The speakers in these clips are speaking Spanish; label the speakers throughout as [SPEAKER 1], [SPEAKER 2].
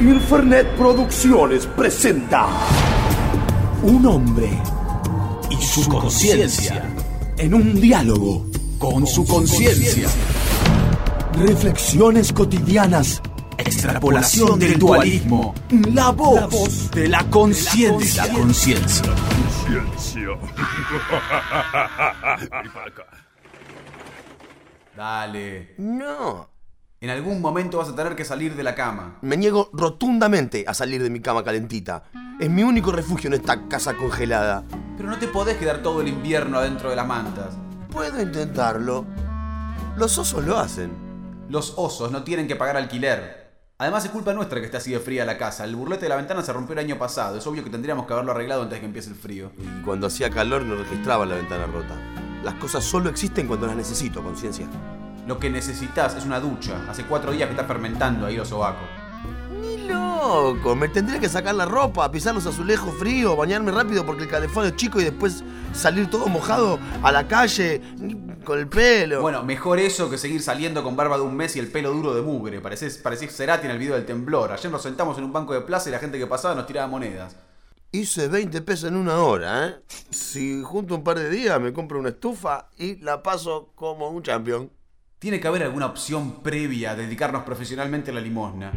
[SPEAKER 1] Infernet Producciones presenta
[SPEAKER 2] Un hombre y su conciencia
[SPEAKER 1] en un diálogo
[SPEAKER 2] con su conciencia.
[SPEAKER 1] reflexiones cotidianas.
[SPEAKER 2] Extrapolación del dualismo.
[SPEAKER 1] La voz,
[SPEAKER 2] La voz de la conciencia. La conciencia.
[SPEAKER 3] Dale.
[SPEAKER 4] No,
[SPEAKER 3] En algún momento vas a tener que salir de la cama.
[SPEAKER 4] me niego rotundamente a salir de mi cama calentita. Es mi único refugio en esta casa congelada.
[SPEAKER 3] Pero no te podés quedar todo el invierno adentro de las mantas.
[SPEAKER 4] Puedo intentarlo. Los osos lo hacen.
[SPEAKER 3] Los osos no tienen que pagar alquiler. Además es culpa nuestra que esté así de fría la casa. El burlete de la ventana se rompió el año pasado. Es obvio que tendríamos que haberlo arreglado antes de que empiece el frío.
[SPEAKER 4] Y cuando hacía calor no registraba la ventana rota. Las cosas solo existen cuando las necesito, conciencia.
[SPEAKER 3] Lo que necesitas es una ducha. Hace cuatro días que está fermentando ahí los sobacos.
[SPEAKER 4] Ni loco, me tendría que sacar la ropa, pisar los azulejos fríos, bañarme rápido porque el calefón es chico y después salir todo mojado a la calle con el pelo.
[SPEAKER 3] Bueno, mejor eso que seguir saliendo con barba de un mes y el pelo duro de mugre. Parecés, parecés Cerati en el video del temblor. Ayer nos sentamos en un banco de plaza y la gente que pasaba nos tiraba monedas.
[SPEAKER 4] Hice 20 pesos en una hora, ¿eh? Si junto un par de días me compro una estufa y la paso como un campeón.
[SPEAKER 3] Tiene que haber alguna opción previa a dedicarnos profesionalmente a la limosna.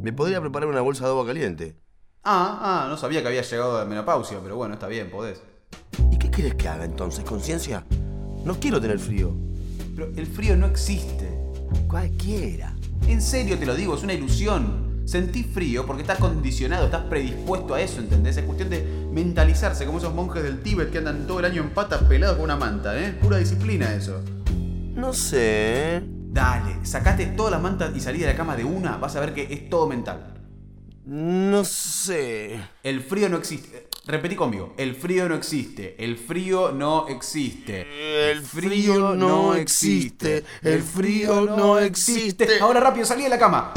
[SPEAKER 4] Me podría preparar una bolsa de agua caliente.
[SPEAKER 3] Ah, ah, no sabía que había llegado de menopausia, pero bueno, está bien, podés.
[SPEAKER 4] ¿Y qué quieres que haga entonces, conciencia? No quiero tener frío.
[SPEAKER 3] Pero el frío no existe.
[SPEAKER 4] Cualquiera.
[SPEAKER 3] En serio te lo digo, es una ilusión. Sentís frío porque estás condicionado, estás predispuesto a eso, ¿entendés? Es cuestión de mentalizarse, como esos monjes del Tíbet que andan todo el año en patas pelados con una manta, ¿eh? Pura disciplina eso.
[SPEAKER 4] No sé.
[SPEAKER 3] Dale, sacaste todas las mantas y salí de la cama de una, vas a ver que es todo mental.
[SPEAKER 4] No sé.
[SPEAKER 3] El frío no existe. Eh, Repetí conmigo, el frío no existe, el frío no existe.
[SPEAKER 4] El frío no existe, el frío no existe.
[SPEAKER 3] Ahora rápido, salí de la cama.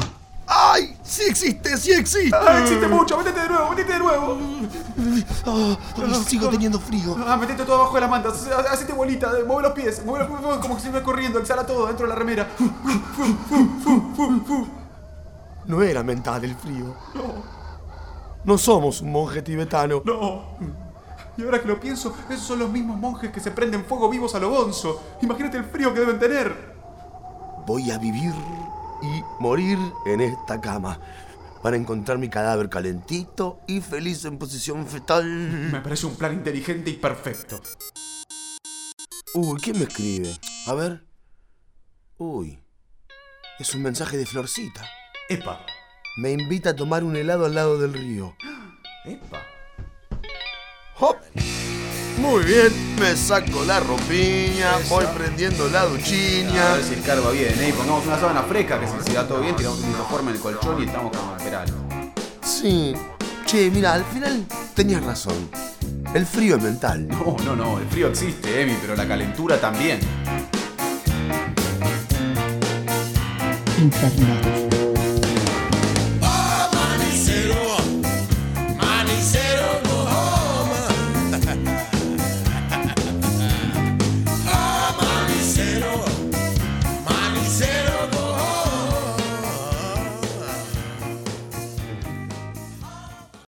[SPEAKER 4] ¡Ay! ¡Sí existe! ¡Sí existe!
[SPEAKER 3] Ah,
[SPEAKER 4] Mm.
[SPEAKER 3] existe mucho, métete de nuevo, métete de nuevo.
[SPEAKER 4] Oh, y sigo teniendo frío.
[SPEAKER 3] Ah, metete todo abajo de las mantas, ha- hacete bolita, eh, mueve los pies, mueve los pies como que se iba corriendo, exhala todo dentro de la remera.
[SPEAKER 4] No era mental el frío. No. No somos un monje tibetano.
[SPEAKER 3] No. Y ahora que lo pienso, esos son los mismos monjes que se prenden fuego vivos a lo bonzo. Imagínate el frío que deben tener.
[SPEAKER 4] Voy a vivir y morir en esta cama. Van a encontrar mi cadáver calentito y feliz en posición fetal.
[SPEAKER 3] Me parece un plan inteligente y perfecto.
[SPEAKER 4] Uy, ¿quién me escribe? A ver. Uy. Es un mensaje de Florcita.
[SPEAKER 3] Epa.
[SPEAKER 4] Me invita a tomar un helado al lado del río.
[SPEAKER 3] Epa.
[SPEAKER 4] ¡Hop! Muy bien, me saco la ropiña, voy prendiendo la
[SPEAKER 3] A
[SPEAKER 4] duchiña.
[SPEAKER 3] ver si el cargo va bien, ¿eh? Pongamos una sábana fresca, que si se da todo bien, tiramos un uniforme en el colchón y estamos como el verano.
[SPEAKER 4] Sí. Che, mira, al final tenías razón. El frío es mental.
[SPEAKER 3] No, no, no, el frío existe, Emi, pero la calentura también.
[SPEAKER 5] Internet.